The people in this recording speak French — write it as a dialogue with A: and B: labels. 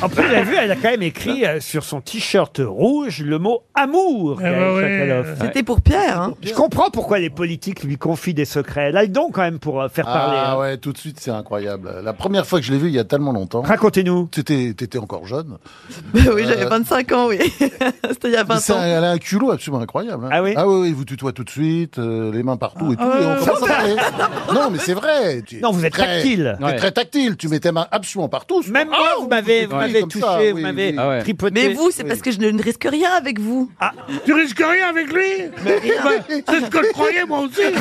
A: En plus, vous avez vu, elle a quand même écrit euh, sur son t-shirt rouge le mot amour.
B: Ah
A: Gaël
B: bah ouais.
A: Chakaloff.
C: C'était pour Pierre. Hein.
A: Je comprends pourquoi les politiques lui confient des secrets. Elle a le don quand même pour euh, faire parler.
D: Ah
A: hein.
D: ouais, tout de suite, c'est incroyable. La première fois que je l'ai vu, il y a tellement longtemps.
A: Racontez-nous.
D: T'étais, t'étais encore jeune.
C: oui, j'avais 25 ans, oui. C'était il y a
D: Mais
C: 20
D: c'est un-
C: ans.
D: elle a un culot absolument incroyable. hein.
A: Ah oui
D: Ah oui, oui, vous tutoie tout de suite, euh, les mains partout et tout. et on commence à parler. Non, mais c'est vrai. tu-
A: Non, vous êtes
D: très-
A: tactile.
D: t'es
E: Ouais.
D: très tactile. Tu mets tes mains absolument partout.
A: Même moi,
D: Ah,
A: vous m'avez vous
D: oui,
A: m'avez
D: comme
A: touché,
D: ça,
A: vous
D: oui,
A: m'avez
D: oui.
E: Ah ouais.
A: tripoté.
C: Mais vous, c'est
D: Oui.
C: parce que je ne ne risque rien avec vous.
B: Tu risques rien avec lui Bah, C'est ce que je croyais moi aussi.